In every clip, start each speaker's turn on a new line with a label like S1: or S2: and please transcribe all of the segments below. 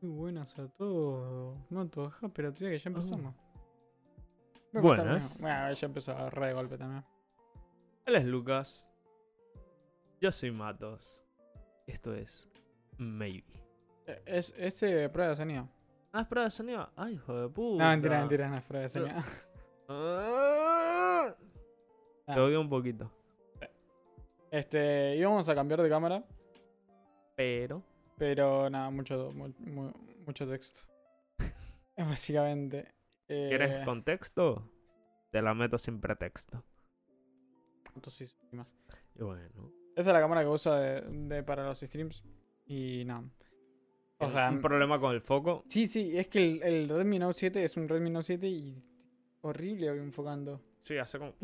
S1: Muy buenas a todos. No todos, ja, pero tira que ya empezamos. Voy a empezar
S2: Ah. Buenas.
S1: primero. Bueno, ya empezó re de golpe también.
S2: Él es Lucas. Yo soy Matos. Esto es Maybe.
S1: Eh, Es, ese prueba de sonido.
S2: Ah, es prueba de sonido. Ay, hijo de puta.
S1: No, mentira, mentira, no es prueba de sonido.
S2: Ah.
S1: Ah.
S2: Te odio un poquito.
S1: Este, íbamos a cambiar de cámara,
S2: Pero.
S1: pero nada, mucho, mu- mu- mucho texto. Básicamente. Eh,
S2: ¿Quieres contexto? Te la meto sin pretexto.
S1: cuántos sí y más?
S2: Y bueno.
S1: Esta es la cámara que uso de- de- para los streams. Y nada. O sea, mm.
S2: un problema con el foco.
S1: sí, sí, es que el, el Redmi Note 7 es un Redmi Note 7 y horrible enfocando.
S2: Sí, hace como.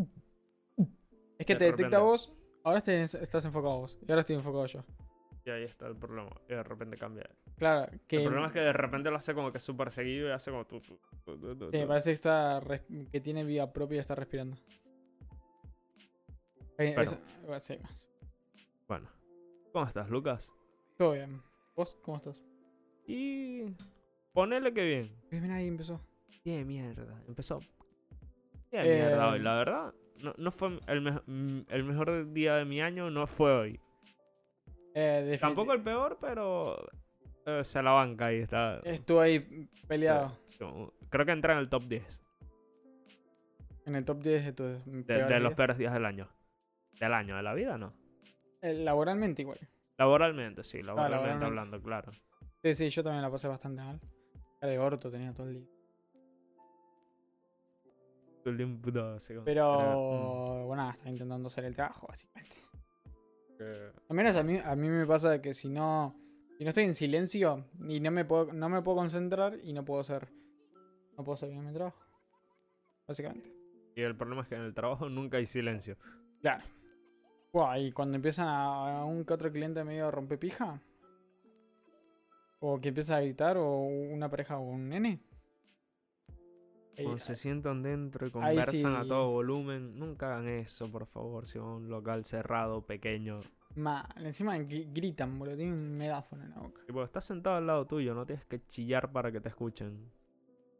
S1: Es que
S2: De
S1: te detecta
S2: repente.
S1: vos, ahora tenés- estás enfocado vos, y ahora estoy enfocado yo.
S2: Y ahí está el problema. Y de repente cambia.
S1: Claro, que.
S2: El problema es que de repente lo hace como que súper seguido y hace como. tu, tu, tu, tu, tu,
S1: Sí, me
S2: tu.
S1: parece que, está res- que tiene vida propia y está respirando. Eh,
S2: Bueno.
S1: eso- bueno, sí, más.
S2: Bueno. ¿Cómo estás, Lucas?
S1: Todo bien. ¿Vos cómo estás?
S2: Y. Ponele que bien.
S1: Eh, Mira, ahí empezó.
S2: Qué de mierda. Empezó. Qué de
S1: Eh,
S2: mierda hoy. La verdad, no, no fue el, me- mm, el mejor día de mi año, no fue hoy.
S1: Eh, definit-
S2: Tampoco el peor, pero. eh, se la banca ahí está. eh,
S1: Estuvo ahí peleado
S2: Yo Creo que entra en el top 10
S1: en el top 10 de tus
S2: de, de
S1: peores
S2: los
S1: días.
S2: peores días del año. Del año, de la vida, ¿no?
S1: Eh, Laboralmente igual.
S2: Laboralmente, sí, laboralmente,
S1: Ah, laboralmente.
S2: hablando, claro.
S1: Sí, sí, yo también la pasé bastante mal. Cara de orto tenía todo el día.
S2: Todo el tiempo, no, así como- era,
S1: Pero bueno, nada, estaba intentando hacer el trabajo, básicamente.
S2: mm, que-
S1: Al menos a mí, a mí me pasa que si no, si no estoy en silencio y no me puedo, no me puedo concentrar y no puedo hacer, no puedo hacer bien mi trabajo. Básicamente.
S2: Y el problema es que en el trabajo nunca hay silencio.
S1: Claro. Buah, y cuando empiezan a, a un que otro cliente medio rompepija. O que empieza a gritar, o una pareja o un nene. eh, ahí-
S2: Cuando se sientan dentro y
S1: ahí
S2: conversan a
S1: sí.
S2: todo volumen, nunca hagan eso, por favor, si van a un local cerrado, pequeño.
S1: mal. Encima gri- gritan, boludo, tienen un megáfono en la boca.
S2: Tipo, estás sentado al lado tuyo, no tienes que chillar para que te escuchen.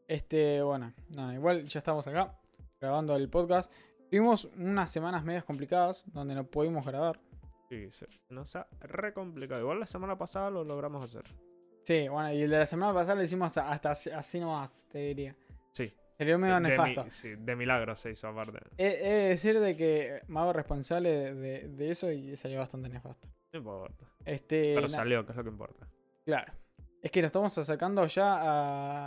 S1: Este, bueno, nada, igual ya estamos acá grabando el podcast. Tuvimos unas semanas medias complicadas donde no pudimos grabar.
S2: Sí, se, se nos ha re complicado. Igual la semana pasada lo logramos hacer.
S1: Sí, bueno, y el de la semana pasada lo hicimos hasta, hasta así- así nomás, te diría.
S2: Sí.
S1: Sería medio
S2: de, de mi-
S1: nefasto.
S2: sí, de milagro se hizo aparte.
S1: He, he de decir de que me hago responsable de, de- de eso y salió bastante nefasto.
S2: No importa.
S1: Este,
S2: Pero
S1: na-
S2: salió, que es lo que importa.
S1: claro. Es que nos estamos acercando ya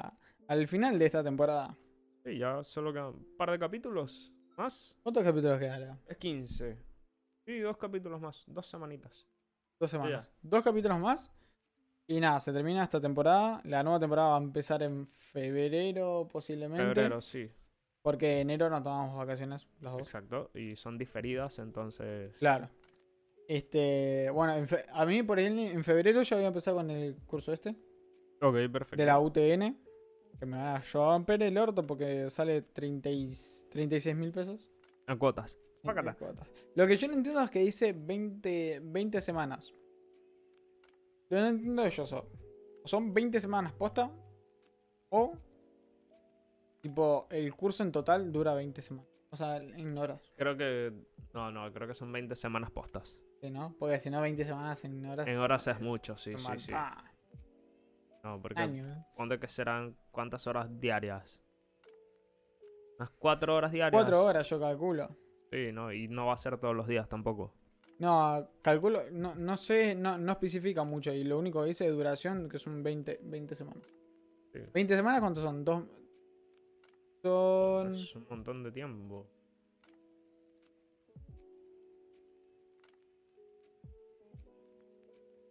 S1: a- al final de esta temporada.
S2: Sí, ya solo quedan un par de capítulos más.
S1: ¿Cuántos capítulos quedan? Leo?
S2: Es 15. Sí, dos capítulos más, dos semanitas.
S1: Dos semanas. Dos capítulos más. Y nada, se termina esta temporada. La nueva temporada va a empezar en febrero, posiblemente.
S2: Febrero, sí.
S1: Porque enero no tomamos vacaciones, los dos.
S2: Exacto. Y son diferidas, entonces.
S1: Claro. Este, bueno, en fe- a mí por ahí en- en febrero ya voy a empezar con el curso este
S2: Ok, perfecto.
S1: de la UTN. Que me van a romper el orto porque sale 30 y- 36 mil pesos.
S2: A cuotas.
S1: Sí,
S2: Pácata.
S1: en cuotas. Lo que yo no entiendo es que dice 20, 20 semanas. Lo que no entiendo es yo. Son, son 20 semanas posta. O. Tipo, el curso en total dura 20 semanas. O sea, en horas.
S2: Creo que. No, no, creo que son 20 semanas postas.
S1: ¿sí, ¿no? Porque si no, 20 semanas en horas.
S2: En horas es mucho, sí,
S1: es un
S2: sí, sí.
S1: montón. Ah,
S2: No, porque.
S1: Año, ¿eh?
S2: ¿Cuánto que serán? ¿Cuántas horas diarias? Unas 4 horas diarias.
S1: 4 horas yo calculo.
S2: Sí, no, y no va a ser todos los días tampoco.
S1: No, calculo, no, no sé, no, no especifica mucho. Y lo único que dice de duración que son 20, 20 semanas.
S2: Sí.
S1: ¿20 semanas cuántos son? Dos, son.
S2: Es un montón de tiempo.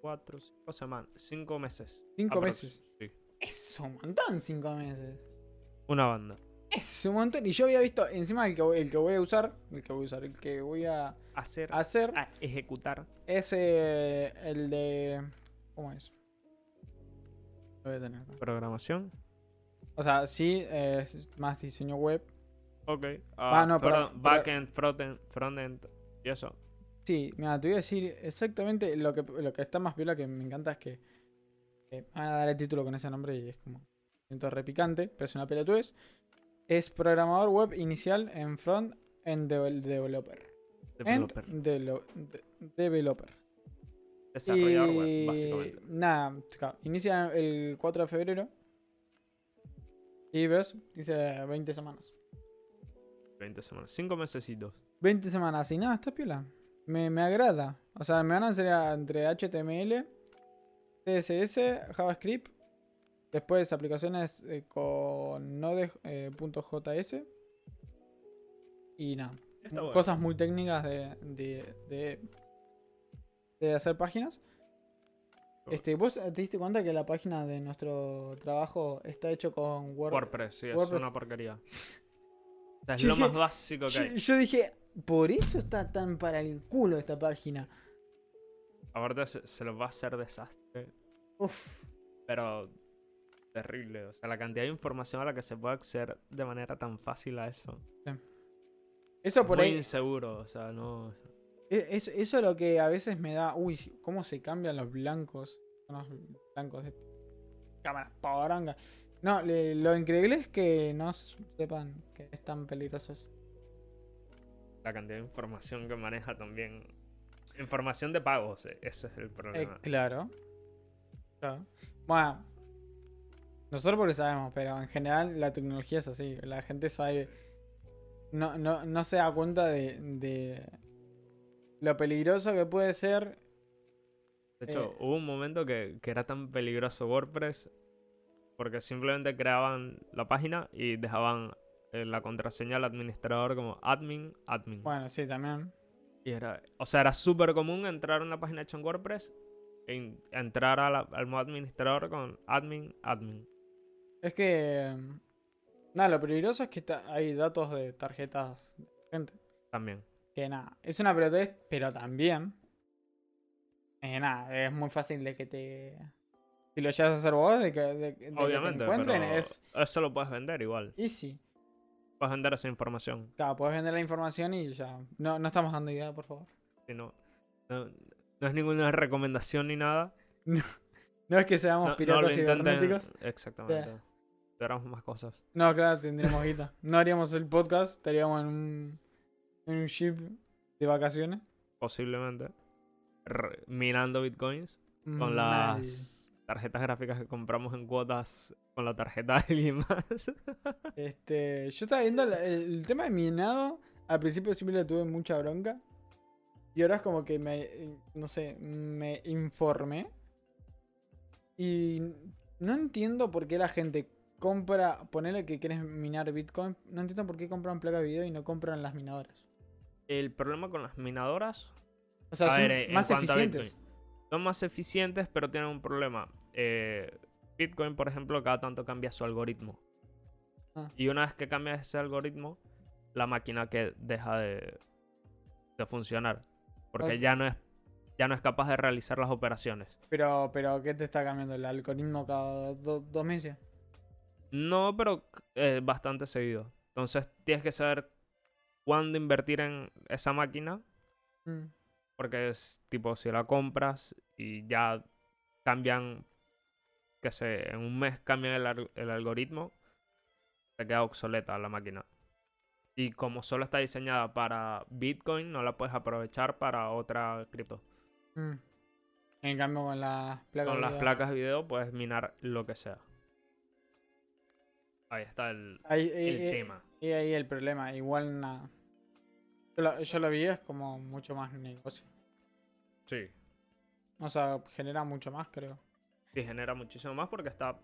S2: Cuatro, cinco semanas. Cinco meses.
S1: Cinco
S2: Aprox,
S1: meses.
S2: Sí.
S1: Es un montón, cinco meses.
S2: Una banda.
S1: Es un montón. Y yo había visto, encima el que, voy- el que voy a usar, el que voy a usar, el que voy a
S2: Hacer.
S1: hacer
S2: a ejecutar.
S1: es eh, el de. ¿Cómo es? Lo voy a tener. acá.
S2: Programación.
S1: O sea, sí, eh, es más diseño web.
S2: Ok.
S1: Ah, no, pero- pero-
S2: Backend, frontend, frontend. Y eso.
S1: Sí, mira, te voy a decir exactamente lo que, lo que está más piola que me encanta es que que van a dar el título con ese nombre y es como. Siento repicante, pero es una pelotudez. Es programador web inicial en front end devel- developer. End
S2: Developer.
S1: delo- de- developer.
S2: Desarrollador
S1: Y
S2: web, básicamente.
S1: Nada, claro, inicia el 4 de febrero. Y ves, dice 20 semanas.
S2: 20 semanas. 5 mesecitos.
S1: 20 semanas y nada, está piola. Me, me agrada. O sea, me van a hacer a- entre HTML, CSS, JavaScript, después aplicaciones eh, con eh, Node.js y nada.
S2: Está bueno.
S1: Cosas muy técnicas de, de, de, de hacer páginas.
S2: bueno.
S1: Este, ¿Vos te diste cuenta que la página de nuestro trabajo está hecho con Word-
S2: WordPress, sí, es
S1: WordPress.
S2: una porquería. O sea, es lo más básico que
S1: Yo-
S2: hay.
S1: yo dije, por eso está tan para el culo esta página.
S2: Aparte, se, se los va a hacer desastre.
S1: Uf.
S2: Pero terrible. O sea, la cantidad de información a la que se puede acceder de manera tan fácil a eso.
S1: Eso por
S2: Muy
S1: ahí.
S2: inseguro, o sea, no.
S1: e- Eso, eso es lo que a veces me da. Uy, cómo se cambian los blancos. Son los blancos de cámara, pavaranga. No, le- lo increíble es que no s- sepan que es tan peligroso. eso.
S2: La cantidad de información que maneja también. Información de pagos, eh, ese es el
S1: Eh,
S2: problema.
S1: claro. Claro. Bueno, nosotros porque sabemos, pero en general la tecnología es así. La gente sabe. No, no, no se da cuenta de, de lo peligroso que puede ser.
S2: De hecho,
S1: eh,
S2: hubo un momento que, que era tan peligroso WordPress porque simplemente creaban la página y dejaban eh, la contraseña al administrador como admin, admin.
S1: Bueno, sí, también.
S2: Y era, o sea, era súper común entrar a una página hecha en WordPress e in- entrar a la- al modo administrador con admin, admin.
S1: Es que. mm, Nada, lo peligroso es que ta- hay datos de tarjetas de gente.
S2: También.
S1: Que nada, es una protesta, pero también. eh, nada, es muy fácil de que te. Si lo llegas a hacer vos, de que, de- de que te
S2: Obviamente,
S1: encuentren,
S2: pero
S1: es
S2: eso lo puedes vender igual.
S1: easy.
S2: Puedes vender esa información.
S1: Claro, puedes vender la información y ya. No, no estamos dando idea, por favor.
S2: Si no, no, no es ninguna recomendación ni nada.
S1: No es que seamos
S2: No, no
S1: piratas
S2: lo intenten.
S1: cibernéticos.
S2: Exactamente. Esperamos más cosas.
S1: No, claro, tendríamos guita. No haríamos el podcast, estaríamos en un, en un ship de vacaciones.
S2: Posiblemente. R- minando bitcoins con
S1: Nadie.
S2: las tarjetas gráficas que compramos en cuotas con la tarjeta de alguien más.
S1: Este, yo estaba viendo la- el, el tema de minado. Al principio siempre le tuve mucha bronca. Y ahora es como que me, eh, no sé, me informé. Y no entiendo por qué la gente compra, ponele que quieres minar Bitcoin, no entiendo por qué compran placa de video y no compran las minadoras.
S2: El problema con las minadoras
S1: O sea,
S2: A
S1: son
S2: ver, eh, en
S1: más
S2: cuanto a
S1: eficientes.
S2: Bitcoin. son más eficientes, pero tienen un problema. Eh, Bitcoin, por ejemplo, cada tanto cambia su algoritmo.
S1: Ah.
S2: Y una vez que cambia ese algoritmo, la máquina que deja de, de funcionar. Porque
S1: Oye.
S2: ya no es ya no es capaz de realizar las operaciones.
S1: Pero, pero, ¿qué te está cambiando? ¿El algoritmo cada do- dos meses?
S2: No, pero eh, bastante seguido. Entonces tienes que saber cuándo invertir en esa máquina.
S1: Mm.
S2: Porque es tipo, si la compras y ya cambian, que sé, en un mes cambian el, al- el algoritmo, te queda obsoleta la máquina. Y como solo está diseñada para Bitcoin, no la puedes aprovechar para otra cripto.
S1: Mm. En cambio, con las placas.
S2: Con
S1: de
S2: las
S1: video-
S2: placas de video puedes minar lo que sea. Ahí está el,
S1: Ahí,
S2: el
S1: eh, eh,
S2: tema.
S1: Y ahí el problema, igual nada. Yo lo, yo lo vi, es como mucho más negocio.
S2: Sí.
S1: O sea, genera mucho más, creo.
S2: Y genera muchísimo más porque está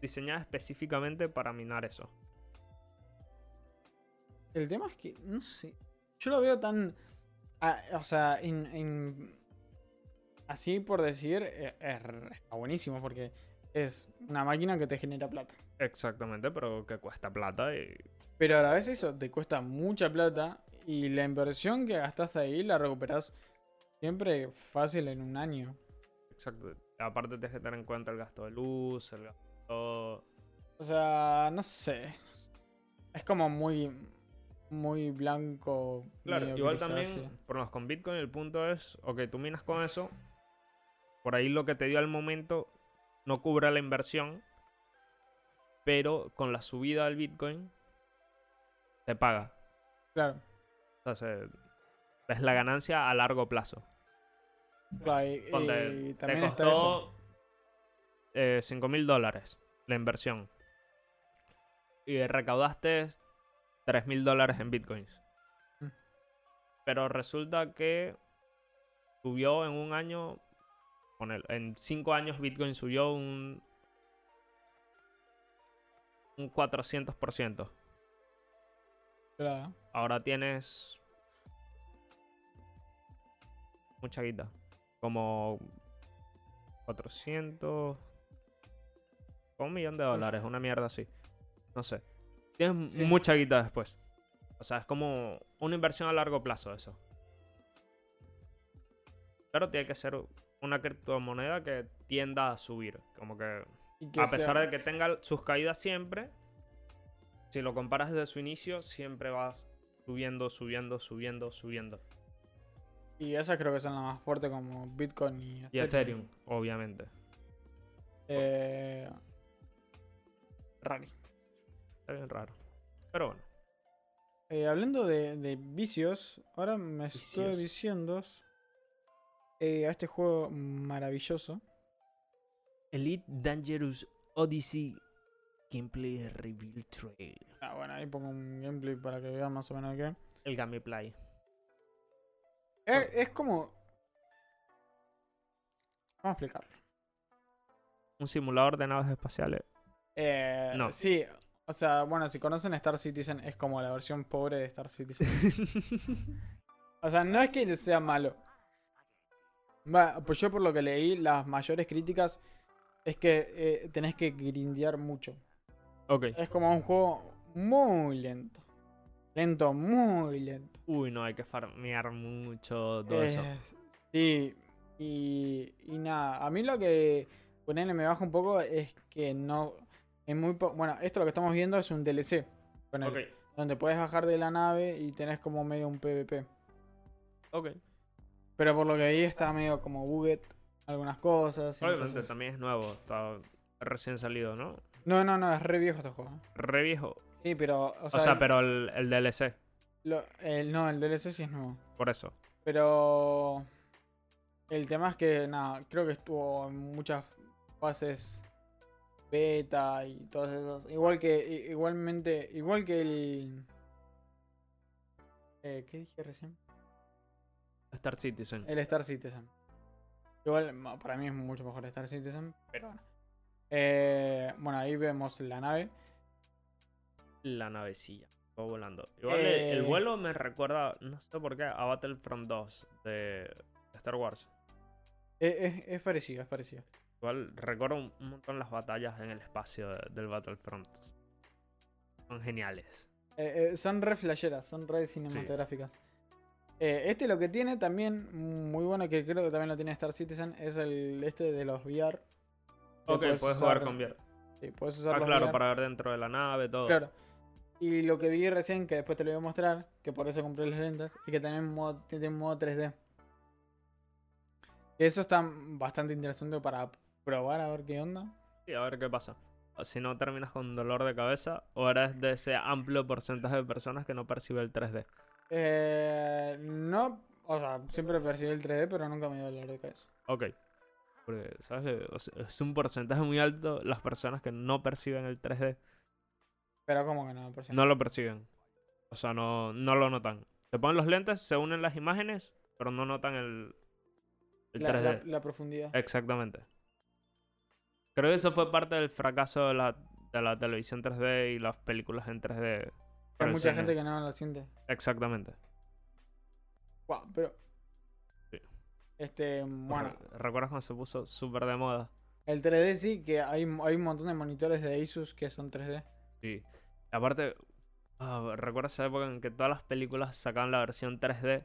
S2: diseñada específicamente para minar eso.
S1: El tema es que, no sé. Yo lo veo tan. ah, o sea, en- en- así por decir, eh, es re- está buenísimo porque es una máquina que te genera plata.
S2: Exactamente, pero que cuesta plata y
S1: Pero a la vez eso te cuesta mucha plata y la inversión que gastaste ahí la recuperás siempre fácil en un año.
S2: Exacto. Aparte tienes que tener en cuenta el gasto de luz, el gasto...
S1: O sea, no sé. Es como muy. Muy blanco.
S2: Claro,
S1: medio
S2: igual
S1: grisáceo.
S2: también, por los con Bitcoin, el punto es, ok, tú minas con eso, por ahí lo que te dio al momento no cubre la inversión, pero con la subida del Bitcoin se paga.
S1: Claro.
S2: O sea, se- es la ganancia a largo plazo.
S1: Claro, y, y
S2: Ponte, te
S1: también está eso.
S2: costó eh, 5 mil dólares la inversión. Y recaudaste 3 mil dólares en bitcoins.
S1: Mm.
S2: Pero resulta que subió en un año. ponele, en 5 años Bitcoin subió un. Un 400%.
S1: Claro.
S2: Ahora tienes. Mucha guita. Como. 400. o Un millón de dólares, una mierda así. No sé. Tienes
S1: Sí.
S2: mucha guita después. O sea, es como una inversión a largo plazo eso. Pero tiene que ser una criptomoneda que tienda a subir. Como que
S1: Y que
S2: a
S1: sea-
S2: pesar de que tenga sus caídas siempre, si lo comparas desde su inicio, siempre vas subiendo, subiendo, subiendo, subiendo.
S1: Y esas creo que son las más fuertes como Bitcoin y,
S2: Y Ethereum, obviamente.
S1: Eh, Rari.
S2: Está bien raro. Pero bueno,
S1: Eh, hablando de, de vicios, ahora me
S2: Vicios.
S1: estoy diciendo eh, a este juego maravilloso.
S2: Elite Dangerous Odyssey Gameplay Reveal Trail.
S1: Ah, bueno, ahí pongo un gameplay para que vean más o menos qué.
S2: El gameplay.
S1: Es, es como. Vamos a explicarlo.
S2: Un simulador de naves espaciales.
S1: Eh,
S2: No.
S1: Sí, o sea, bueno, si conocen Star Citizen, es como la versión pobre de Star Citizen. O sea, no es que sea malo. Va, pues yo por lo que leí, las mayores críticas es que eh, tenés que grindear mucho.
S2: ok.
S1: Es como un juego muy lento. Lento, muy lento.
S2: Uy, no, hay que farmear mucho todo eso.
S1: Eh, sí, y, y nada, a mí lo que ponele me baja un poco es que no... Es muy po- bueno, esto lo que estamos viendo es un DLC. ponele,
S2: Ok,
S1: Donde puedes bajar de la nave y tenés como medio un PvP.
S2: ok.
S1: Pero por lo que vi está medio como buget algunas cosas.
S2: Obviamente
S1: entonces-
S2: también es nuevo. Está recién salido, ¿no?
S1: No, no, no, es re viejo este juego.
S2: Re viejo.
S1: Sí, pero. O
S2: O sea,
S1: sea,
S2: pero el, el DLC,
S1: lo- el, no, el DLC sí es nuevo.
S2: por eso.
S1: Pero. El tema es que, nada, creo que estuvo en muchas fases beta y todas esas. Igual que, i- igualmente, igual que el. Eh, ¿Qué dije recién?
S2: Star Citizen.
S1: El Star Citizen. Igual ma- para mí es mucho mejor Star Citizen, pero bueno. Eh, bueno, ahí vemos la nave.
S2: La navecilla. Va volando. Igual el-
S1: Eh.
S2: el vuelo me recuerda, no sé por qué, a Battlefront 2 de de Star Wars.
S1: Eh, es- es parecido, es parecido.
S2: Igual recuerdo un un montón las batallas en el espacio de- del Battlefront. Son geniales.
S1: Eh, eh, son re flasheras, son re cinematográficas. Eh, este lo que tiene también, muy bueno, que creo que también lo tiene Star Citizen, es el este de los VR. que
S2: Ok, puedes, jugar
S1: usar-
S2: con VR.
S1: sí, puedes usar
S2: Ah,
S1: los
S2: claro,
S1: VR,
S2: para ver dentro de la nave, todo.
S1: claro. Y lo que vi recién, que después te lo voy a mostrar, que por eso compré las lentas, y que también modo, tiene un modo 3D. Eso está bastante interesante para probar a ver qué onda.
S2: Sí, a ver qué pasa. Si no terminas con dolor de cabeza, o eres de ese amplio porcentaje de personas que no percibe el 3D.
S1: Eh, no, o sea, siempre percibí el 3D, pero nunca me dio dolor de cabeza.
S2: Ok. Porque, ¿sabes? qué? O sea, es un porcentaje muy alto las personas que no perciben el 3D.
S1: Pero como que no me percibió?
S2: No lo perciben. O sea, no, no lo notan. Se ponen los lentes, se unen las imágenes, pero no notan el, el
S1: la,
S2: 3D.
S1: la- la profundidad.
S2: Exactamente. Creo que eso fue parte del fracaso de la, de la televisión 3D y las películas en 3D.
S1: Hay
S2: por el
S1: mucha
S2: cine.
S1: gente que no la siente.
S2: Exactamente.
S1: Guau, pero.
S2: Sí.
S1: Este, bueno,
S2: Re- ¿Recuerdas cuando se puso súper de moda?
S1: el 3D sí, que hay, hay un montón de monitores de Asus que son 3D.
S2: Sí. Aparte, ah, recuerdo esa época en que todas las películas sacaban la versión 3D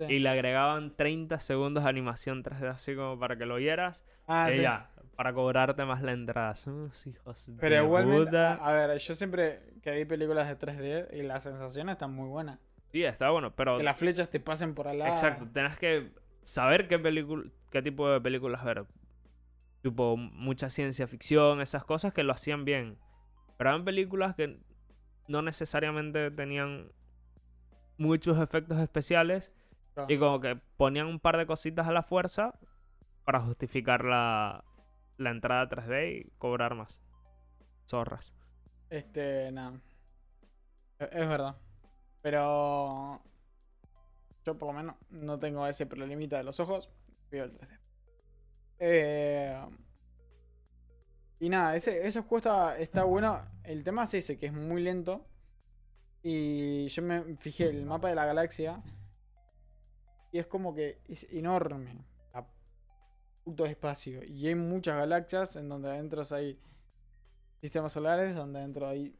S1: Sí.
S2: y le agregaban 30 segundos de animación 3D así como para que lo vieras.
S1: Ah,
S2: y
S1: sí.
S2: ya, para cobrarte más la entrada. Son unos hijos de
S1: Pero igualmente, ah,
S2: puta.
S1: a, a ver, yo siempre que vi películas de 3D y las sensaciones están muy buenas.
S2: Sí, está bueno, pero...
S1: Que las flechas te pasen por al lado.
S2: Exacto, tenés que saber qué película, qué tipo de películas ver. tipo mucha ciencia ficción, esas cosas que lo hacían bien. Pero eran películas que no necesariamente tenían muchos efectos especiales
S1: Claro.
S2: y como que ponían un par de cositas a la fuerza para justificar la, la entrada 3D y cobrar más. Zorras.
S1: Este, nada. Es es verdad. Pero yo por lo menos no tengo ese problemita de los ojos. Veo el 3D. Eh, y nada, ese, ese juego está, está bueno. El tema es ese, que es muy lento. Y yo me fijé el mapa de la galaxia. Y es como que es enorme. La puto espacio. Y hay muchas galaxias en donde adentro hay sistemas solares, donde adentro hay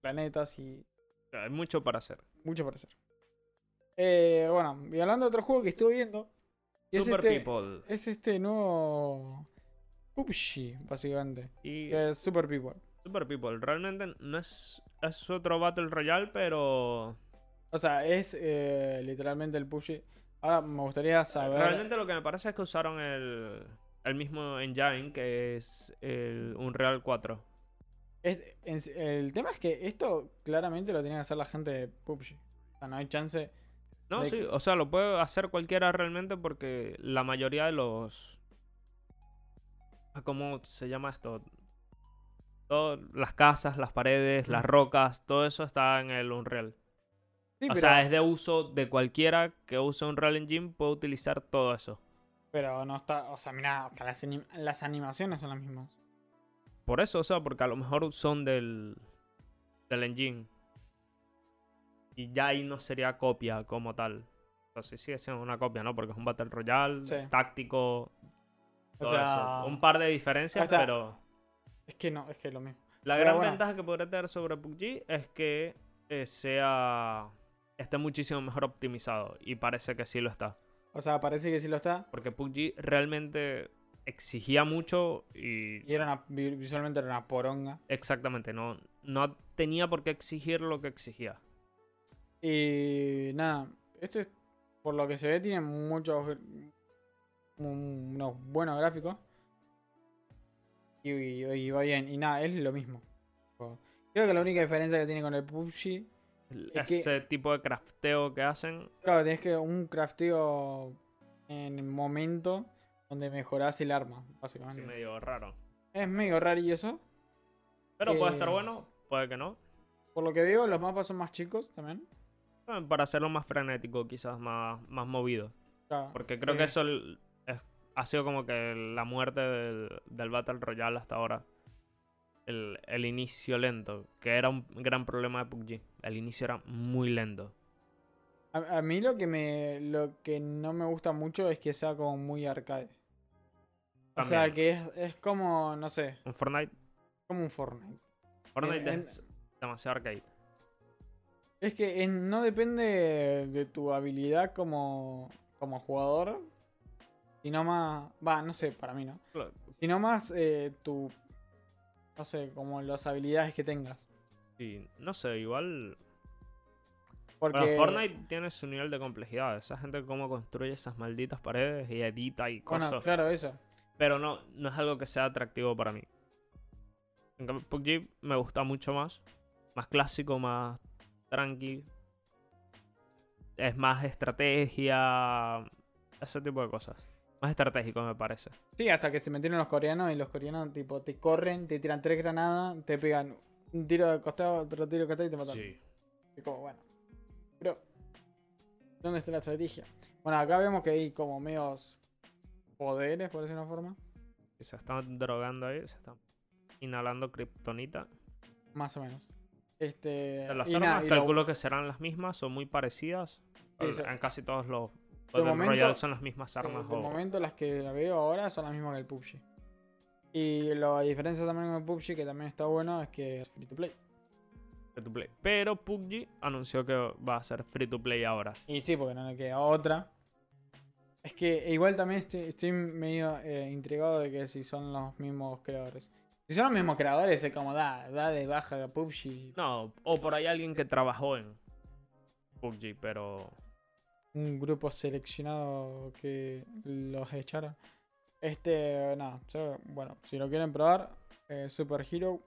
S1: planetas y
S2: Hay mucho para hacer.
S1: mucho para hacer. Eh, bueno, y hablando de otro juego que estuve viendo. que Es
S2: Super
S1: este,
S2: People.
S1: es este nuevo PUBG, básicamente.
S2: Y
S1: Que es Super People.
S2: Super People. Realmente no es, es otro Battle Royale, pero
S1: O sea, es eh, literalmente el PUBG. Ahora me gustaría saber.
S2: Eh, Realmente lo que me parece es que usaron el, el mismo engine que es el Unreal 4.
S1: Es- en- el tema es que esto claramente lo tenía que hacer la gente de PUBG. O sea, no hay chance.
S2: No,
S1: De
S2: sí,
S1: que-
S2: o sea, lo puede hacer cualquiera realmente porque la mayoría de los... ah, ¿Cómo se llama esto? Todo- las casas, las paredes, las
S1: Ujú.
S2: rocas, todo eso está en el Unreal.
S1: Sí,
S2: o
S1: pero,
S2: sea, es de uso de cualquiera que use Unreal Engine puede utilizar todo eso.
S1: pero no está. O sea, mira, hasta las, anim- las animaciones son las mismas.
S2: Por eso, o sea, porque a lo mejor son del, del engine. Y ya ahí no sería copia como tal. Entonces sí es una copia, ¿no? Porque es un Battle Royale,
S1: Sí.
S2: táctico,
S1: O
S2: todo
S1: sea,
S2: eso. Un par de diferencias,
S1: hasta-
S2: pero...
S1: es que no, es que es lo mismo.
S2: La
S1: pero
S2: gran
S1: bueno.
S2: ventaja que podría tener sobre PUBG es que eh, sea... Esté muchísimo mejor optimizado. Y parece que sí lo está.
S1: O sea, parece que sí lo está.
S2: Porque PUBG realmente exigía mucho y...
S1: Y era una, vi- visualmente era una poronga.
S2: Exactamente, no, no tenía por qué exigir lo que exigía.
S1: Y nada, esto es, por lo que se ve tiene muchos gr- un- unos buenos gráficos. Y, y- y va bien. Y nada, es lo mismo. Tipo, Creo que la única diferencia que tiene con el PUBG,
S2: El-
S1: Es que-
S2: Ese tipo de crafteo que hacen.
S1: claro, tenés que un crafteo en el momento donde mejorás el arma,
S2: así
S1: básicamente.
S2: medio raro.
S1: Es medio raro y eso.
S2: Pero puede estar
S1: Eh,
S2: bueno, puede que no.
S1: Por lo que veo, los mapas son más chicos también.
S2: Eh, Para hacerlo más frenético, quizás más, más movido.
S1: Claro,
S2: Porque creo
S1: eh,
S2: que eso el- es- ha sido como que la muerte del, del Battle Royale hasta ahora. El, el inicio lento, que era un gran problema de PUBG. El inicio era muy lento.
S1: A, a mí lo que me lo que no me gusta mucho es que sea como muy arcade. O sea,
S2: También.
S1: que es, es como, no sé,
S2: Un Fortnite,
S1: como un Fortnite.
S2: Fortnite
S1: en-
S2: es demasiado arcade.
S1: Es que en- no depende de tu habilidad como, como jugador, sino más, va, no sé, para mí no,
S2: Claro,
S1: sino más eh, tu, no sé, como las habilidades que tengas.
S2: Y no sé, igual
S1: Porque
S2: Bueno, Fortnite tiene su nivel de complejidad. Esa gente cómo construye esas malditas paredes y edita y
S1: bueno,
S2: cosas.
S1: claro, eso.
S2: Pero no, no es algo que sea atractivo para mí. En cambio, PUBG me gusta mucho más. Más clásico, más tranqui. Es más estrategia. Ese tipo de cosas. Más estratégico me parece.
S1: Sí, hasta que se metieron los coreanos y los coreanos tipo te corren, te tiran tres granadas, te pegan un tiro de costado, otro tiro de costado y te matan. Y como, bueno. Pero, ¿dónde está la estrategia? Bueno, acá vemos que hay como medios poderes, por decirlo de una forma.
S2: Y Se están drogando ahí, se están inhalando kriptonita.
S1: Más o menos. Este.
S2: Eh, Las
S1: y
S2: armas
S1: nada, y lo-
S2: calculo que serán las mismas, son muy parecidas.
S1: Sí, sí.
S2: En casi todos los Battle
S1: momento-
S2: Royale son las mismas
S1: eh,
S2: armas.
S1: de
S2: o-
S1: momento las que veo ahora son las mismas que el PUBG. Y la diferencia también con el PUBG, que también está bueno, es que es free to play.
S2: free to play. Pero PUBG anunció que va a ser free to play ahora.
S1: Y sí, porque no le queda otra. Es que igual también estoy, estoy medio eh, intrigado de que si son los mismos creadores. Si son los mismos creadores, es como da, da de baja a PUBG.
S2: No, o por ahí alguien que trabajó en PUBG, pero
S1: un grupo seleccionado que los echaron. Este, nada, so- bueno, si lo quieren probar, eh, Super Hero.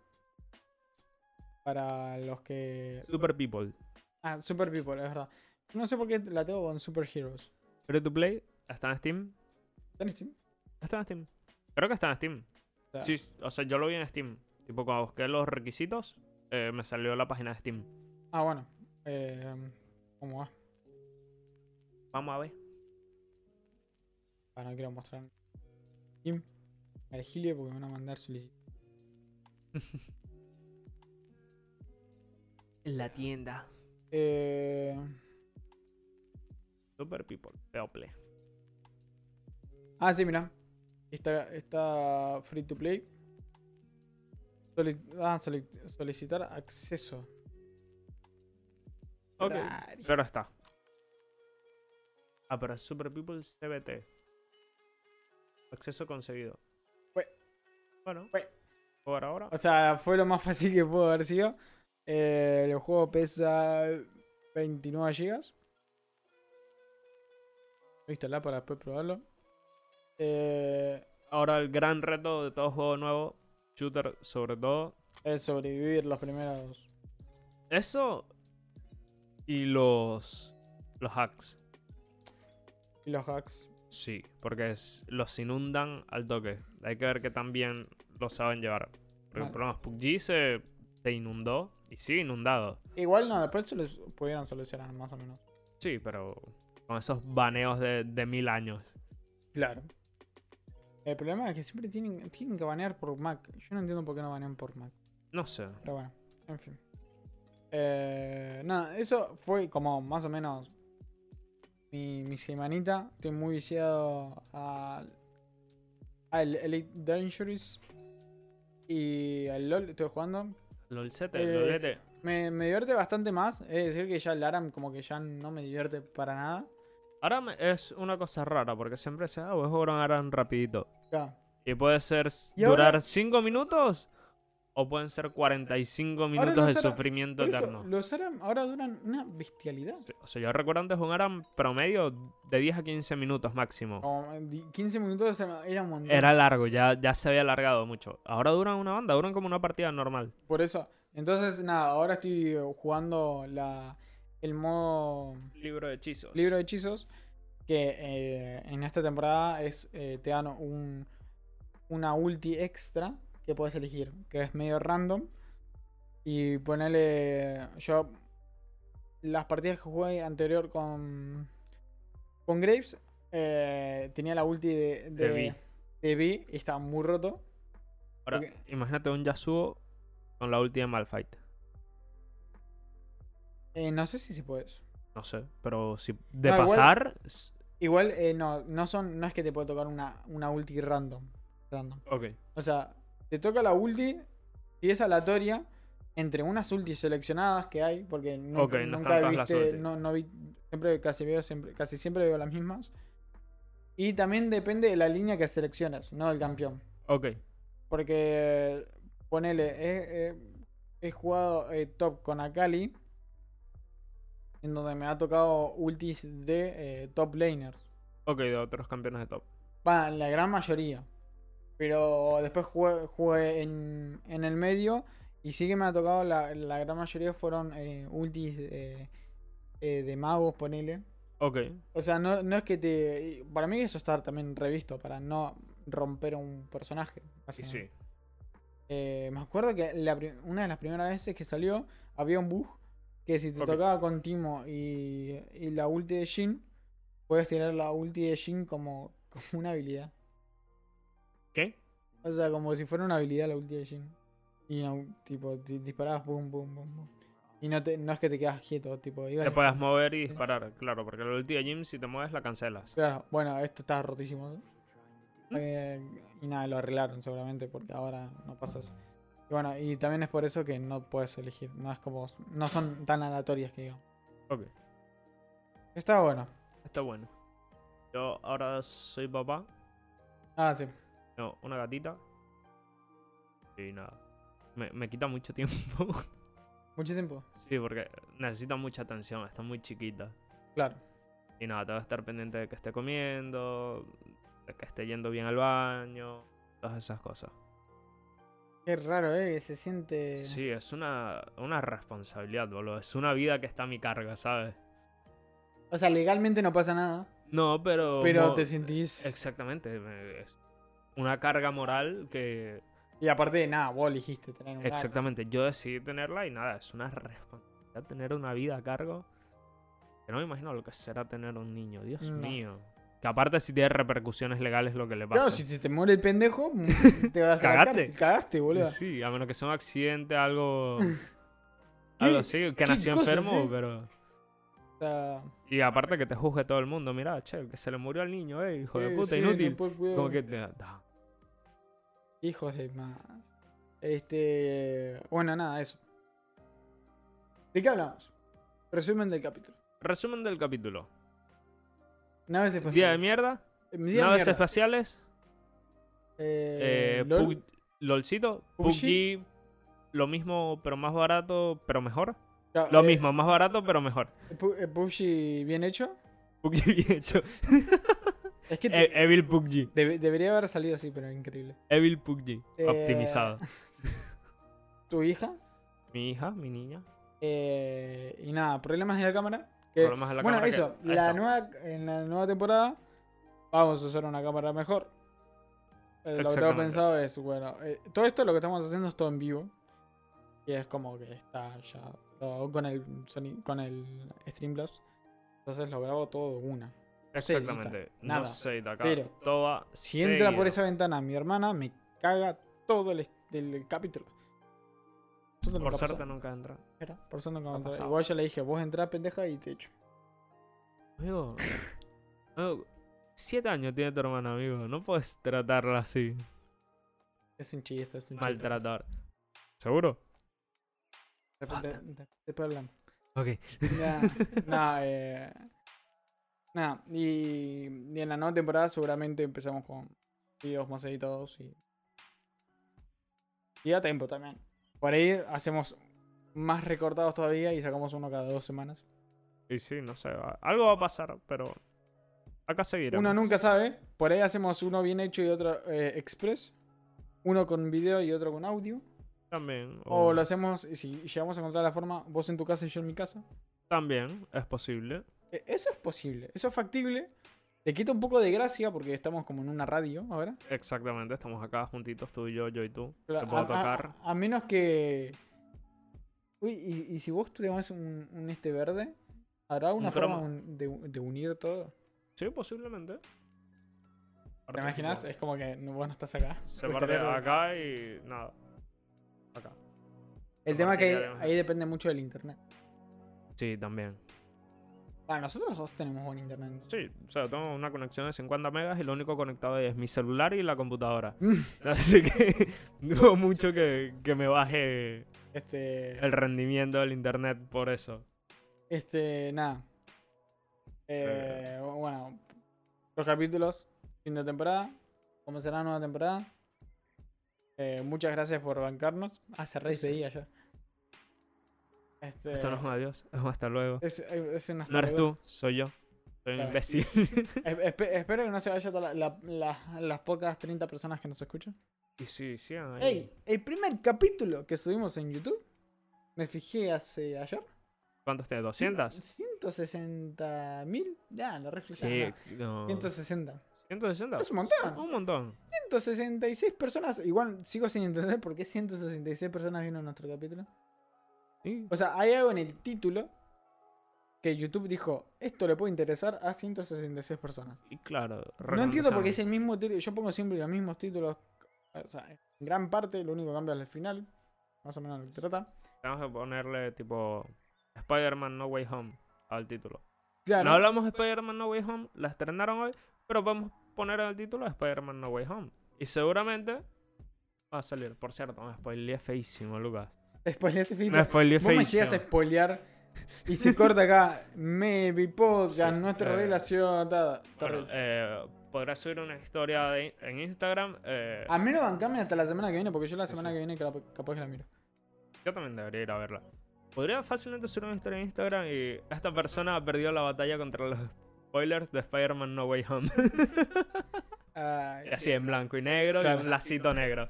S1: Para los que.
S2: Super People.
S1: Ah, Super People, es verdad. No sé por qué la tengo con Super Heroes.
S2: Free to play. Está en Steam.
S1: ¿Está en Steam?
S2: Está en Steam. Creo que está en Steam.
S1: O sea,
S2: Sí, o sea, yo lo vi en Steam. Tipo, cuando busqué los requisitos, eh, me salió la página de Steam.
S1: Ah, bueno. Eh, ¿Cómo va?
S2: Vamos a ver.
S1: Ah, no quiero mostrar. Steam. Al Gilio porque me van a mandar solicitud.
S2: En la tienda.
S1: Eh,
S2: Super People. People.
S1: Ah, sí, mira. Está, está free to play. Soli- ah, soli- solicitar acceso.
S2: Ok.
S1: Rari.
S2: Pero está. Ah, pero es Super People CBT. Acceso conseguido.
S1: Fue.
S2: Bueno.
S1: Fue.
S2: Por ahora.
S1: O sea, fue lo más fácil que pudo haber sido. Eh, el juego pesa 29 GB. Lo instalá para después probarlo. Eh,
S2: Ahora el gran reto de todo juego nuevo. Shooter sobre todo.
S1: es sobrevivir los primeros.
S2: Eso. Y los. Los hacks.
S1: y los hacks.
S2: Sí, porque es- los inundan al toque. Hay que ver que también lo saben llevar. Por
S1: Vale.
S2: ejemplo, PUBG se, se inundó y sigue inundado.
S1: Igual no, después se los pudieron solucionar más o menos.
S2: Sí, pero con esos baneos de, de mil años.
S1: Claro. El problema es que siempre tienen, tienen que banear por Mac. Yo no entiendo por qué no banean por Mac.
S2: No sé.
S1: Pero bueno, en fin. Eh, nada, eso fue como más o menos mi, mi semanita. Estoy muy viciado al al Elite Dangerous y al LOL estoy jugando.
S2: Lolcete,
S1: Eh,
S2: lolete.
S1: Me, me divierte bastante más. Es decir, que ya el ARAM como que ya no me divierte para nada.
S2: Ahora me- es una cosa rara porque siempre se ah, voy a jugar un Aran rapidito.
S1: Ya.
S2: Y puede ser s-
S1: Y ahora-
S2: durar 5 minutos o pueden ser 45 minutos
S1: no
S2: de
S1: será-
S2: sufrimiento
S1: Por eso,
S2: eterno.
S1: los ARAM ahora duran una bestialidad.
S2: Sí, O sea, yo recuerdo antes un ARAM promedio de 10 a 15 minutos máximo.
S1: Como di- 15 minutos era un montón.
S2: Era largo, ya, ya se había alargado mucho. Ahora duran una banda, duran como una partida normal.
S1: Por eso. Entonces, nada, ahora estoy jugando la, el modo
S2: Libro de hechizos.
S1: libro de hechizos. Que eh, en esta temporada es eh, te dan un, una ulti extra que puedes elegir. Que es medio random. Y ponerle. Yo. Las partidas que jugué anterior con. Con Graves. eh, tenía la ulti de.
S2: De Vi.
S1: de Vi, y estaba muy roto.
S2: Ahora,
S1: Ok.
S2: imagínate un Yasuo con la última Malfight.
S1: Eh, no sé si se puede eso.
S2: No sé, pero si de
S1: No, Ah, igual-
S2: pasar. s-
S1: Igual, eh, no, no son, no es que te puede tocar una, una ulti random, random.
S2: Ok.
S1: O sea, te toca la ulti y es aleatoria entre unas ultis seleccionadas que hay, porque nunca,
S2: Ok, no
S1: nunca
S2: están todas las
S1: viste,
S2: ultis.
S1: no, no vi, siempre casi veo, siempre, casi siempre veo las mismas. Y también depende de la línea que seleccionas, no del campeón.
S2: Ok.
S1: Porque, ponele, he, he- he jugado eh, top con Akali, en donde me ha tocado ultis de eh, top laners.
S2: Ok, de otros campeones de top.
S1: Va, la gran mayoría. Pero después jugué, jugué en, en el medio y sí que me ha tocado, la, la gran mayoría fueron eh, ultis eh, eh, de magos, ponele.
S2: Ok.
S1: O sea, no, no es que te... Para mí eso estar también revisto, para no romper un personaje.
S2: Y
S1: básicamente.
S2: sí.
S1: Eh, me acuerdo que la pri- una de las primeras veces que salió había un bug que si te
S2: Ok.
S1: tocaba con Timo y, y la ulti de Jhin, puedes tirar la ulti de Jhin como, como una habilidad.
S2: ¿Qué?
S1: O sea, como si fuera una habilidad la ulti de Jhin. Y no, tipo, ti- disparabas, boom, boom, boom, boom. Y no, te, no es que te quedas quieto, tipo, ibas-
S2: Te puedes mover y disparar, claro, porque la ulti de Jim, si te mueves, la cancelas.
S1: Claro, bueno, esto está rotísimo. ¿no?
S2: ¿Mm?
S1: Eh, y nada, lo arreglaron seguramente porque ahora no pasa eso. Y bueno, y también es por eso que no puedes elegir. No es como. No son tan aleatorias que digo.
S2: Ok.
S1: Está bueno.
S2: Está bueno. Yo ahora soy papá.
S1: Ah, sí.
S2: No, una gatita. Y nada. Me, me quita mucho tiempo.
S1: Mucho tiempo.
S2: Sí, porque necesita mucha atención, está muy chiquita.
S1: Claro.
S2: Y nada, te va a estar pendiente de que esté comiendo, de que esté yendo bien al baño, todas esas cosas.
S1: Qué raro, ¿eh? Que se siente...
S2: Sí, es una, una responsabilidad, boludo. Es una vida que está a mi carga, ¿sabes?
S1: O sea, legalmente no pasa nada.
S2: No, pero.
S1: Pero
S2: mo-
S1: te sentís...
S2: Exactamente. me- Es una carga moral que.
S1: Y aparte de nada, vos elegiste tener un gato.
S2: Exactamente. Yo decidí tenerla y nada, es una responsabilidad tener una vida a cargo. Que no me imagino lo que será tener un niño, Dios
S1: No.
S2: mío. Que aparte, si tiene repercusiones legales, lo que le pasa.
S1: Claro, si se te muere el pendejo, mm, te vas a la
S2: Cagaste.
S1: cárcel. Cagaste, boludo.
S2: Sí, a menos que sea un accidente, algo. algo así, que
S1: qué
S2: nació
S1: cosas,
S2: enfermo,
S1: eh?
S2: pero.
S1: O sea,
S2: Y aparte que te juzgue todo el mundo, mira, che, que se le murió al niño, eh, hijo de
S1: eh,
S2: puta,
S1: sí, no
S2: inútil.
S1: puedo cuidar.
S2: Como que te da-
S1: Hijos de más. Este. Bueno, nada, eso. ¿De qué hablamos? Resumen del capítulo.
S2: Resumen del capítulo.
S1: Naves
S2: Día de
S1: espaciales.
S2: mierda,
S1: Eh, Pues día de
S2: naves
S1: mierda.
S2: espaciales,
S1: Eh,
S2: eh,
S1: LOL.
S2: Pug- LOLcito,
S1: PUBG.
S2: PUBG, lo mismo pero más barato, pero mejor.
S1: Claro,
S2: Lo
S1: eh,
S2: mismo, más barato pero mejor.
S1: Pu- eh, PUBG bien hecho.
S2: PUBG bien hecho.
S1: Es que
S2: E- Evil PUBG,
S1: debe- debería haber salido así, pero increíble.
S2: Evil PUBG,
S1: Eh,
S2: optimizado.
S1: Tu hija.
S2: Mi hija, mi niña.
S1: eh, y nada, problemas de la cámara. que-
S2: Problemas de la
S1: bueno,
S2: cámara que-
S1: eso.
S2: ahí
S1: la
S2: está.
S1: nueva, en la nueva temporada vamos a usar una cámara mejor. Eh, lo que tengo
S2: Exactamente.
S1: pensado es, bueno, eh, todo esto lo que estamos haciendo es todo en vivo. Y es como que está ya todo con el, soni- con el Streamlabs. Entonces lo grabo todo de una. se edita,
S2: Exactamente.
S1: nada,
S2: No se edita acá.
S1: cero.
S2: Toda
S1: Si entra por
S2: seguido.
S1: esa ventana mi hermana, me caga todo el, est- el capítulo. Eso nunca
S2: Por
S1: pasó.
S2: suerte nunca entra.
S1: Espera, Por suerte nunca
S2: ha
S1: pasó.
S2: pasado.
S1: Igual yo le dije, vos entrás pendeja y te echo.
S2: Amigo, amigo, siete años tiene tu hermana, amigo. No puedes tratarla así.
S1: Es un chiste, es un chiste.
S2: Maltratar. ¿Seguro?
S1: De repente- de- Después hablamos.
S2: Ok.
S1: Nah, nah, eh, nah, y, y en la nueva temporada seguramente empezamos con videos más editados y. Y a tiempo también. Por ahí hacemos más recortados todavía y sacamos uno cada dos semanas.
S2: Y sí, no sé. a- Algo va a pasar, pero. Acá seguiremos.
S1: Uno nunca sabe. Por ahí hacemos uno bien hecho y otro eh, express. Uno con video y otro con audio.
S2: También. O,
S1: O lo hacemos, y si llegamos a encontrar la forma, vos en tu casa y yo en mi casa.
S2: También es posible.
S1: E- Eso es posible, eso es factible. Le quita un poco de gracia porque estamos como en una radio ahora.
S2: Exactamente. Estamos acá juntitos, tú y yo, yo y tú.
S1: Pero
S2: Te puedo
S1: a- a-
S2: tocar.
S1: A, menos que. Uy, y, y si vos tenés un, un este verde, ¿habrá una forma
S2: cromo.
S1: un- de, de unir todo?
S2: Sí, posiblemente.
S1: ¿Te imaginas? Es como que no- vos no estás acá.
S2: Se
S1: Vos
S2: parte
S1: estás acá.
S2: acá y. Nada. Acá.
S1: El tema es que ahí,
S2: Partiremos.
S1: ahí depende mucho del internet.
S2: Sí, también.
S1: Ah, nosotros dos tenemos buen internet.
S2: Sí, o sea, tengo una conexión de 50 megas y lo único conectado ahí es mi celular y la computadora.
S1: Mm.
S2: Así que dudo mucho que, que me baje
S1: Este.
S2: el rendimiento del internet por eso.
S1: Este, nada. Eh, Bueno, los capítulos, fin de temporada. Comenzará nueva temporada. Eh, muchas gracias por bancarnos. Ah, Hace rey
S2: Sí.
S1: seguía yo. Este,
S2: Esto no es un adiós, es un hasta luego.
S1: es, es una
S2: No eres
S1: estupidez.
S2: tú, soy yo. Soy un
S1: Claro.
S2: imbécil.
S1: Es- espe- espero que no se vaya todas la- la- la- las pocas 30 personas que nos escuchan.
S2: Y sí, sí, ahí.
S1: Ey, el primer capítulo que subimos en YouTube, me fijé hace ayer.
S2: ¿Cuántos tienes? ¿200?
S1: 160 mil. Ya, lo reflejé.
S2: Sí, no.
S1: 160.
S2: 160.
S1: Es un montón.
S2: Un montón.
S1: 166 personas, igual sigo sin entender por qué 166 personas vieron nuestro capítulo.
S2: Sí.
S1: O sea, hay algo en el título que YouTube dijo, esto le puede interesar a 166 personas.
S2: Y claro,
S1: No entiendo por qué es el mismo título, yo pongo siempre los mismos títulos, o sea, en gran parte, lo único que cambia es el final, más o menos de lo que trata.
S2: Tenemos que ponerle tipo Spider-Man No Way Home al título.
S1: Claro,
S2: No hablamos de Spider-Man No Way Home, la estrenaron hoy, pero podemos poner en el título Spider-Man No Way Home. Y seguramente va a salir. Por cierto, me spoileé feísimo, Lucas.
S1: después de este título,
S2: Me spoileé
S1: vos me
S2: feísimo.
S1: llegas a spoilear y se corta acá, maybe podcast,
S2: Sí,
S1: nuestra
S2: eh,
S1: relación, ta- ta-
S2: Bueno, eh, podrás subir una historia de- en Instagram. eh,
S1: A menos bancame hasta la semana que viene, porque yo la
S2: Sí,
S1: semana
S2: sí.
S1: que viene cap- capaz que la miro.
S2: Yo también debería ir a verla. Podría fácilmente subir una historia en Instagram y esta persona ha perdido la batalla contra los spoilers de Spider-Man No Way Home.
S1: Ah,
S2: Y así en blanco y negro
S1: Claro.
S2: y un lacito negro.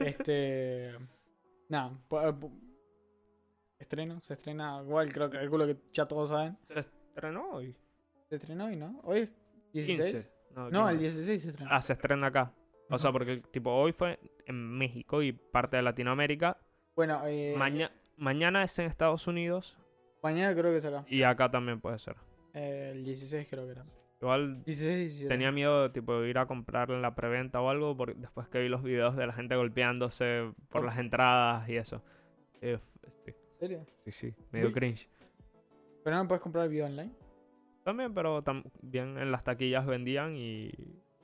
S1: Este. Nada. pu- pu- Estreno, se estrena. Igual creo que calculo que ya todos saben.
S2: Se estrenó hoy.
S1: Se estrena hoy, ¿no? Hoy es 16.
S2: 15. No,
S1: No,
S2: 15.
S1: el 16 se estrena.
S2: Ah, se estrena acá. O sea,
S1: Ajá.
S2: porque tipo hoy fue en México y parte de Latinoamérica.
S1: Bueno, eh,
S2: Maña- mañana es en Estados Unidos
S1: mañana creo que es acá.
S2: y acá también puede ser.
S1: Eh, el 16 creo que era.
S2: Igual
S1: 16, 17.
S2: tenía miedo tipo de ir a comprar en la preventa o algo por- después que vi los videos de la gente golpeándose por
S1: Oh.
S2: las entradas y eso. Eh, f- sí,
S1: ¿En serio?
S2: sí, sí, medio
S1: Uy.
S2: cringe.
S1: Pero no puedes comprar el video online.
S2: También, pero también en las taquillas vendían y,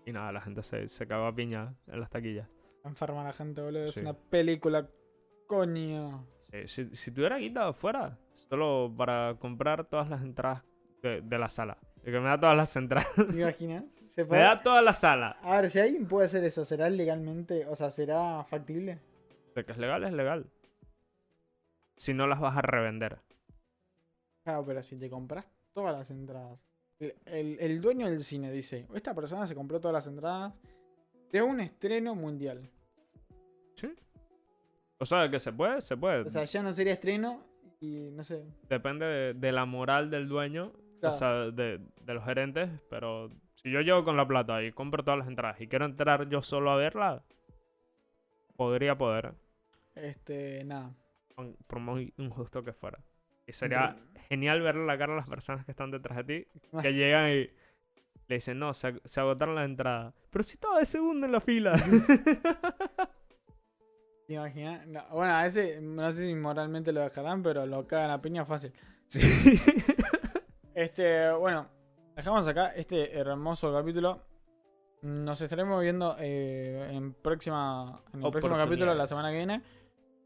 S2: y nada, la gente se, se cagó a piña en las taquillas.
S1: Enferma la gente, boludo. Es
S2: Sí.
S1: una película. Coño.
S2: Eh, si, si tuviera guita afuera, solo para comprar todas las entradas de, de la sala. Y que me da todas las entradas.
S1: ¿Te imaginas? Se
S2: me
S1: puede-
S2: da toda la sala.
S1: A ver, si alguien puede hacer eso, ¿será legalmente? O sea, ¿será factible?
S2: De que es legal, es legal. Si no las vas a revender.
S1: Claro, Ah, pero si te compras todas las entradas. El, el- el dueño del cine dice, esta persona se compró todas las entradas de un estreno mundial.
S2: O sea, que se puede, se puede.
S1: O sea, ya no sería estreno y no sé.
S2: Depende de, de la moral del dueño, o
S1: Claro.
S2: sea, de, de los gerentes. Pero si yo llego con la plata y compro todas las entradas y quiero entrar yo solo a verla, podría poder.
S1: Este, nada.
S2: aun- Por muy injusto que fuera. Y sería genial verle la cara a las personas que están detrás de ti,
S1: Ah.
S2: que llegan y le dicen, no, se, ag- se agotaron las entradas. Pero si estaba de segundo en la fila.
S1: ¿Te imaginas? No, bueno, a ese, no sé si moralmente lo dejarán, pero lo cagan a piña fácil. Este, bueno, dejamos acá este hermoso capítulo. Nos estaremos viendo eh, en, próxima, en el próximo capítulo, la
S2: Oportunidades.
S1: semana que viene.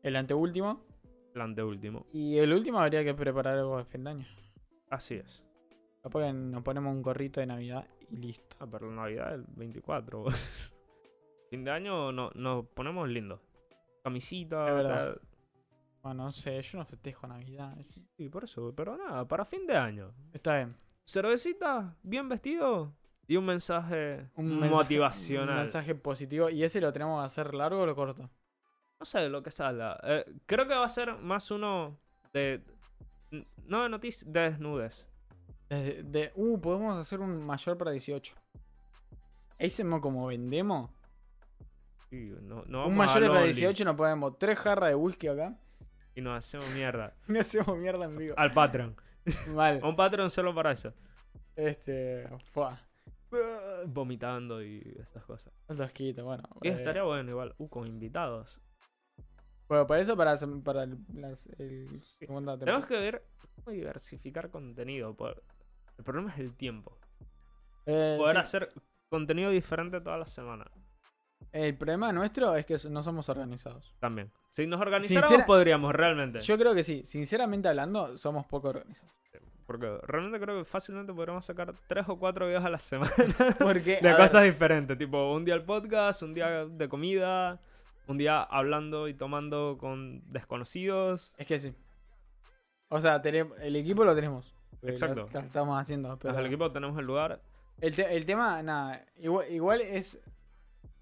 S1: El anteúltimo.
S2: Plan de último.
S1: Y el último habría que preparar algo de fin de año.
S2: Así es.
S1: Capaz que nos ponemos un gorrito de Navidad y listo.
S2: Ah, pero la Navidad el 24. fin de año no, nos ponemos lindos. Camisita,
S1: Es verdad.
S2: tal.
S1: Bueno, no sé, yo no festejo Navidad.
S2: Y por eso, pero nada, para fin de año.
S1: Está bien.
S2: Cervecita, bien vestido y un mensaje
S1: Un mensaje-
S2: motivacional.
S1: Un mensaje positivo. ¿Y ese lo tenemos que hacer largo o lo corto?
S2: No sé lo que salga. Eh, creo que va a ser más uno de. n- No de noticias, de desnudes.
S1: Desde- de- uh, podemos hacer un mayor para 18. Ese mo- como vendemos.
S2: Y no, no vamos
S1: un
S2: a
S1: mayor para
S2: Lonely
S1: 18 nos ponemos tres jarras de whisky acá.
S2: Y nos hacemos mierda.
S1: No hacemos mierda en vivo.
S2: Al Oh. Patreon.
S1: Mal.
S2: A un Patreon solo para eso.
S1: Este. Fua.
S2: Vomitando y esas cosas.
S1: Un tosquito, bueno.
S2: Y
S1: eh,
S2: estaría bueno igual. Uh, con invitados.
S1: Bueno, para eso, para, sem- para el, las- el segunda temporada.
S2: Tenemos que ver cómo diversificar contenido. por- El problema es el tiempo.
S1: Eh,
S2: Poder
S1: sí.
S2: hacer contenido diferente toda la semana.
S1: El problema nuestro es que no somos organizados.
S2: También. Si nos organizáramos
S1: Sincera-
S2: podríamos realmente.
S1: Yo creo que sí, sinceramente hablando, somos poco organizados.
S2: Porque realmente creo que fácilmente podríamos sacar tres o cuatro videos a la semana
S1: Porque,
S2: de
S1: a ver,
S2: cosas diferentes. Tipo, un día el podcast, un día de comida, un día hablando y tomando con desconocidos.
S1: es que sí. O sea, tenemos- el equipo lo tenemos. eh, lo-
S2: Exacto.
S1: Lo, estamos haciendo. Pero
S2: Desde el equipo tenemos el lugar.
S1: el, te- el tema, nada, igual, igual es...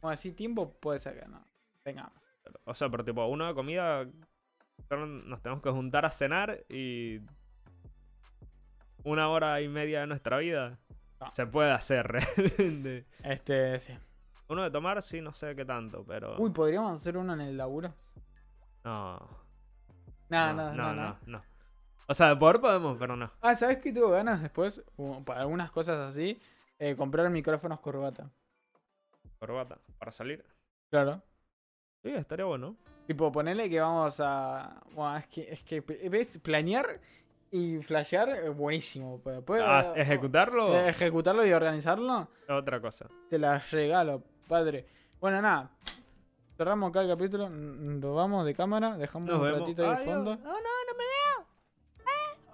S1: Bueno, así tiempo puede ser que no. Tengamos.
S2: O sea, pero tipo, uno de comida, solo nos tenemos que juntar a cenar y una hora y media de nuestra vida.
S1: Ah.
S2: Se puede hacer realmente.
S1: Este, sí.
S2: Uno de tomar, sí, no sé qué tanto, pero...
S1: Uy, ¿podríamos hacer uno en el laburo?
S2: no,
S1: Nada,
S2: no,
S1: nada,
S2: no,
S1: nada.
S2: no,
S1: nada.
S2: no. O sea, de poder podemos, pero no.
S1: Ah, ¿sabes qué tuve ganas después? Como Para algunas cosas así, eh, comprar micrófonos corbata.
S2: Corbata, para salir.
S1: Claro.
S2: Sí, estaría bueno.
S1: Tipo, ponerle que vamos a. Bueno, es que, es que ¿ves? planear y flashear es buenísimo. pero después-
S2: Ah, ejecutarlo
S1: eh, ejecutarlo y organizarlo,
S2: es otra cosa.
S1: te las regalo, padre. Bueno, nada. Cerramos acá el capítulo. n- Nos vamos de cámara. Dejamos
S2: Nos
S1: un
S2: vemos.
S1: ratito ahí de
S2: Adiós.
S1: fondo.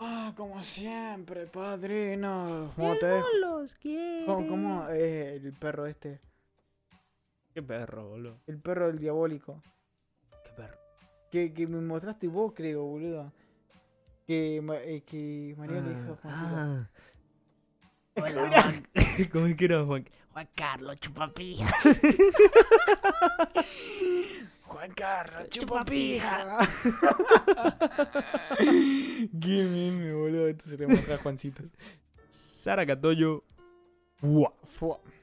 S1: Ah, como siempre, padrino. ¿Cómo te dejo?
S3: los quiere.
S1: ¿Cómo, cómo, eh, el perro este?
S2: Qué perro, boludo.
S1: El perro del diabólico.
S2: Qué perro.
S1: Que, que me mostraste vos, creo, boludo. Que, ma- eh, que María le dijo. a Juancito.
S2: Ah. Hola, Juan. ¿Cómo que era, Juan?
S3: Juan Carlos, chupapija.
S1: Juan Carlos,
S3: chupapija.
S1: Qué meme, boludo. Esto se le muestra a Juancito.
S2: Sara Catoyo.
S1: Fua.